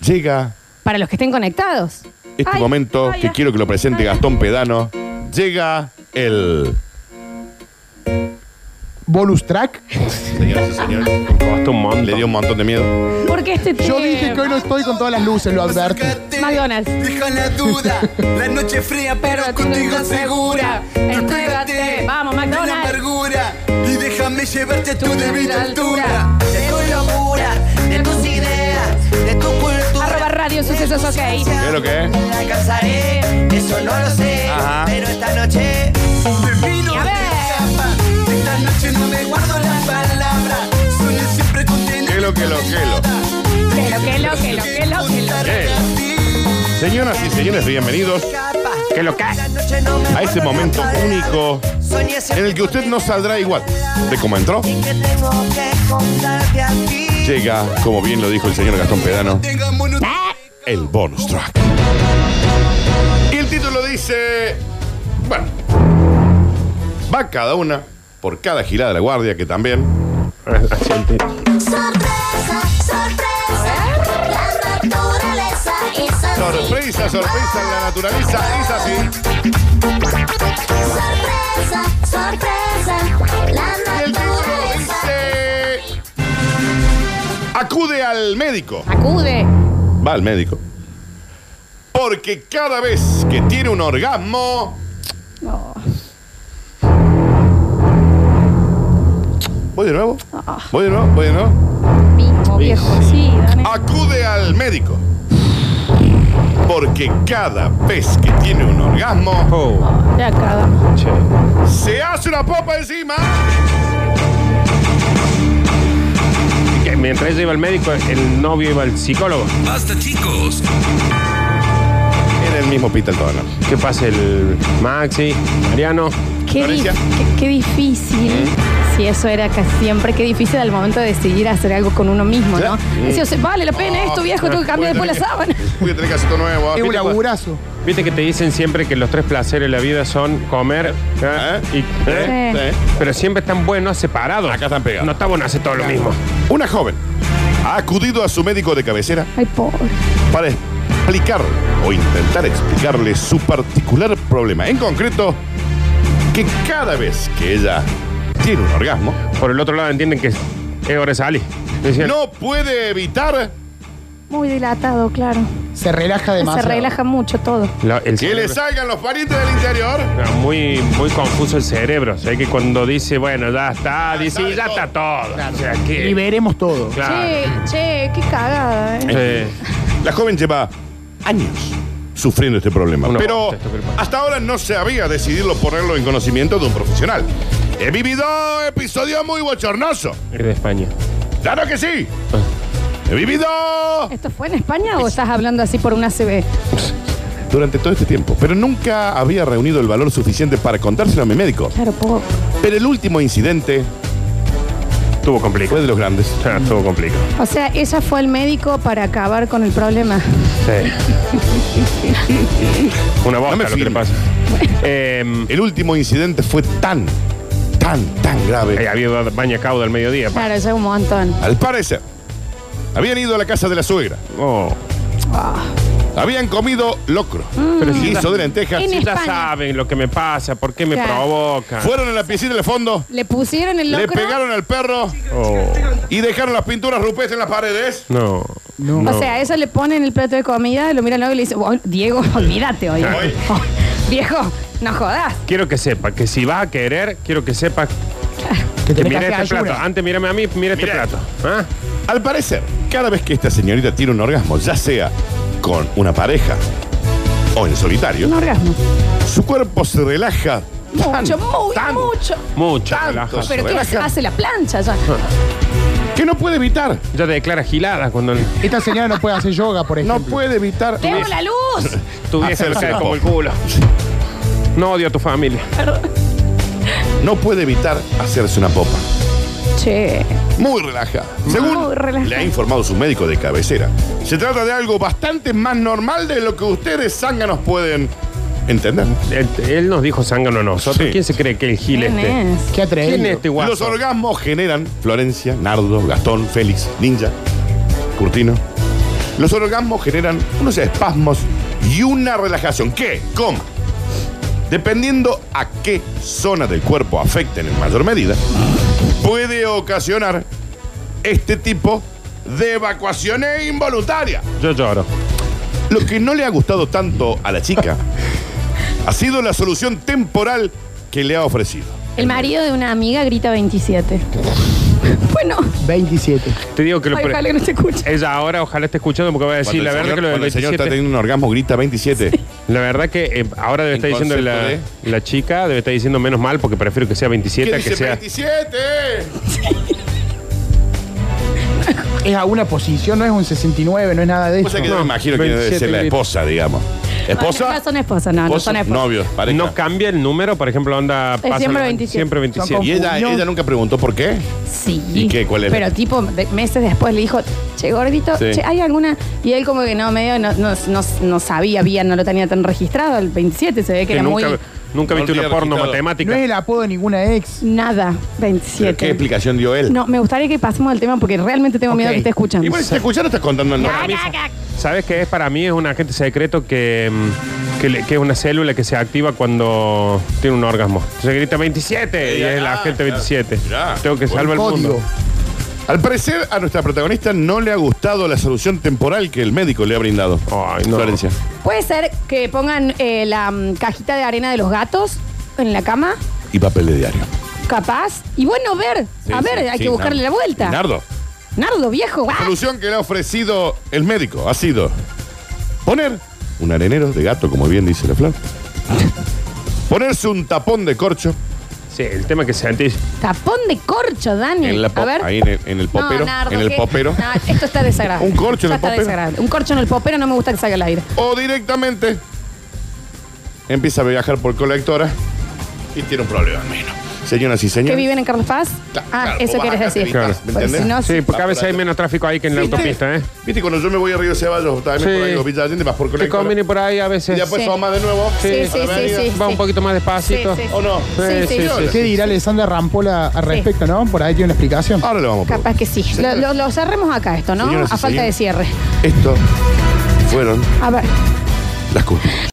Llega Para los que estén conectados. este Ay, momento ay, que ay. quiero que lo presente Gastón Pedano. Llega el. Bonus track. Señoras y señores, Costa un montón. le dio un montón de miedo. Porque este Yo tema- dije que hoy no estoy con todas las luces, lo advertí. McDonald's. Deja la duda, la noche fría, pero contigo segura. Entrégate, vamos, de la McDonald's. amargura y déjame llevarte a tu Tu debida debida altura. De tus locuras, de tus ideas, de tu cultura. Arroba Radio Sucesos, ok. ¿Qué es lo que es? La alcanzaré, eso no lo sé. Ajá. Pero esta noche Te vino Y a de ver. tapa. Esta noche no me guardo la palabra. Suele siempre contener. ¿Qué lo que lo que lo? Que lo, que lo, que lo, que lo, que lo. ¿Qué? Señoras y señores, bienvenidos escapa. ¿Qué lo que? La noche no a me ese guardo la momento palabra. único Soñé en siempre el que usted no saldrá igual de cómo entró. y que tengo que contarte a ti. Llega, como bien lo dijo el señor Gastón Pedano, Tengámonos. el bonus track. Y el título dice. Bueno. Va cada una por cada girada de la guardia, que también. Sorpresa, sorpresa, la naturaleza es así. Sorpresa, sorpresa en la naturaleza. Es así. Sorpresa, sorpresa, Y la el título naturaleza. dice. Acude al médico. Acude. Va al médico. Porque cada vez que tiene un orgasmo. No. Voy de nuevo. Ah. Voy de nuevo, voy de nuevo. Mismo, viejo. Sí, dame. Acude al médico. Porque cada vez que tiene un orgasmo, Oh, Ya acabo. che. se hace una popa encima. Que mientras ella iba al médico, el novio iba al psicólogo. Basta chicos. En el mismo hospital toda la noche. ¿Qué pasa el Maxi, Mariano? Qué, Florencia. dif- qué- qué difícil. Si eso era casi siempre, qué difícil al momento de decidir hacer algo con uno mismo, ¿no? Decía, o sea, vale la pena esto, viejo, tengo que cambiar Voy a después la tener sábana. que- Voy a tener que hacer esto nuevo. Es un laburazo. Viste que te dicen siempre que los tres placeres de la vida son comer ¿eh? y... ¿eh? ¿Eh? Sí. ¿Eh? Pero siempre están buenos separados. Acá están pegados. No está bueno hacer todo lo mismo. Una joven ha acudido a su médico de cabecera Ay, pobre. para explicar o intentar explicarle su particular problema. En concreto, que cada vez que ella tiene un orgasmo, Por el otro lado entienden que es hora de salir. Decían, no puede evitar Muy dilatado, claro. Se relaja Se demasiado. relaja mucho todo. la- el que le cerebro- salgan los parientes del interior. Era Muy, muy confuso el cerebro. O sea, que cuando dice, bueno, ya está, dice, está y ya todo. está todo. O sea, que... Y veremos todo. Claro. Che, che, qué cagada, ¿eh? Sí. La joven lleva años sufriendo este problema, Una pero bosta esto que le pasa. hasta ahora no se había decidido ponerlo en conocimiento de un profesional. He vivido episodios muy bochornosos. Es de España. ¡Claro que sí! He vivido ¿Esto fue en España o estás hablando así por una CB? durante todo este tiempo, pero nunca había reunido el valor suficiente para contárselo a mi médico. Claro, poco. Pero el último incidente Estuvo complicado. fue de los grandes. Ah, estuvo complicado. O sea, ella fue al médico para acabar con el problema. Sí. Una bosta No me lo que le filmes. pasa. Eh, El último incidente fue tan, tan, tan grave. eh, había baña cauda al mediodía. pa. Claro, ya un montón. Al parecer, habían ido a la casa de la suegra, Oh. habían comido locro, Pero si guiso de lentejas, En Si ya España. saben lo que me pasa, por qué me Claro. provoca. fueron a la piscina del fondo, Le pusieron el le locro. pegaron al perro Oh, y dejaron las pinturas rupestres en las paredes. no. No. O sea, a ella le ponen el plato de comida, lo miran luego y le dicen, "Oh, Diego, olvídate hoy. Hoy. Oh, viejo, no jodas. Quiero que sepa que si vas a querer, quiero que sepa Que que te mira metas este ayuda. plato. Antes mírame a mí, mira este Mira. plato. ¿Ah? Al parecer, cada vez que esta señorita tiene un orgasmo, ya sea con una pareja o en solitario, Un orgasmo. su cuerpo se relaja. tan, Mucho, muy, tan, mucho. Mucho. Tanto. relaja. Pero ¿qué hace? relaja. Hace la plancha ya. Que no puede evitar. Ya te declara gilada cuando el- Esta señora no puede hacer yoga, por No ejemplo. puede evitar. ¡Tengo la luz! tu vieja Hacerse cae la como el popa. culo. No odio a tu familia. No puede evitar hacerse una popa. Che. Muy relajada. Según Muy relajada. le ha informado su médico de cabecera, se trata de algo bastante más normal de lo que ustedes zánganos pueden entender. Él, él nos dijo zángano a nosotros. Sí. ¿Quién se cree que el gil ¿Quién este? es? Qué ¿Quién es atrevido. este guapo? Los orgasmos generan Florencia, Nardo, Gastón, Félix, Ninja, Curtino. Los orgasmos generan unos espasmos y una relajación que, coma, dependiendo a qué zona del cuerpo afecten en mayor medida, puede ocasionar este tipo de evacuaciones involuntarias. Yo lloro. Lo que no le ha gustado tanto a la chica ha sido la solución temporal que le ha ofrecido. El marido de una amiga grita 27. Bueno, 27. Te digo que lo ay, pre- ojalá que no se escuche. ella ahora ojalá esté escuchando porque va a decir Cuando la el verdad señor- que lo del cuando el señor está 27. teniendo un orgasmo, grita 27. La verdad que eh, ahora debe En estar diciendo la, concepto la chica, debe estar diciendo menos mal porque prefiero que sea 27 ¿Qué a que dice sea 27? Es a una posición, no es un 69, no es nada de O sea eso. Pues que yo me imagino quién debe ser la 27. esposa, digamos. No, este ¿Esposa? no son esposas, no, no ¿Esposa? son esposas. Novio, pareja. No cambia el número, por ejemplo, onda pasa siempre la- 27. siempre 27. y ella, ella nunca preguntó por qué. Sí. ¿Y qué? ¿Cuál es? Pero tipo, de- meses después le dijo, che, gordito, Sí. che, ¿hay alguna? Y él como que no, medio no, no, no, no sabía bien, no lo tenía tan registrado. El 27 se ve que Que era nunca, muy... nunca No viste una olvida porno registrado. matemática. No es el apodo de ninguna ex. Nada, ¿Pero 27. ¿Qué explicación dio él? No, me gustaría que pasemos al tema porque realmente tengo miedo Ok. que esté escuchando. Y pues- bueno, si te escucharon, estás contando el nombre. ¿Sabes qué es? Para mí es un agente secreto que, mm, que, le- que es una célula que se activa cuando tiene un orgasmo. Se grita 27 y es el Ah, agente claro. 27. Mirá. Tengo que Buen salvar el mundo. Código. Al parecer, a nuestra protagonista no le ha gustado la solución temporal que el médico le ha brindado. Ay, no. Florencia. Puede ser que pongan eh, la mm, cajita de arena de los gatos en la cama, Y papel de diario. capaz. Y bueno, ver, Sí, a ver, sí, hay sí, que buscarle Nardo. la vuelta. Nardo. Nardo, viejo. La ¡ah! solución que le ha ofrecido el médico ha sido poner un arenero de gato, como bien dice la flor. Ponerse un tapón de corcho Sí, el tema que sentís. Tapón de corcho, Dani. en la po- a ver. ahí en el, en el No, popero. Nardo, en el ¿qué? popero. No, esto está desagradable. Un corcho en Ya el está popero. desagradable. Un corcho en el popero no me gusta que salga al aire. O directamente empieza a viajar por colectora y tiene un problema al menos. Señoras y ¿Qué señores. viven en Carlos Paz? Claro, ah, claro, eso vos quieres bajás, te decir. Pues Claro. ¿me entendés? Si no, Sí, pues, porque a Va veces por hay ahí. menos tráfico ahí que en la autopista, ¿eh? Viste, cuando yo me voy a Río Ceballos, también Sí. por ahí, o Villa Allende, vas por Te colectora. conviene por ahí a Y veces. después Sí. tomas de nuevo. Sí, a la sí, avenida. sí, sí. Va un poquito más despacito. Sí, sí, sí. ¿O no? Sí, sí, sí. ¿Qué dirá Alessandra Rampola al respecto, no? Por ahí tiene una explicación. Ahora lo vamos a Capaz que sí. Lo, lo- lo cerremos acá esto, ¿no? Señoras y a falta de señores. cierre. Esto fueron A ver. las culpas.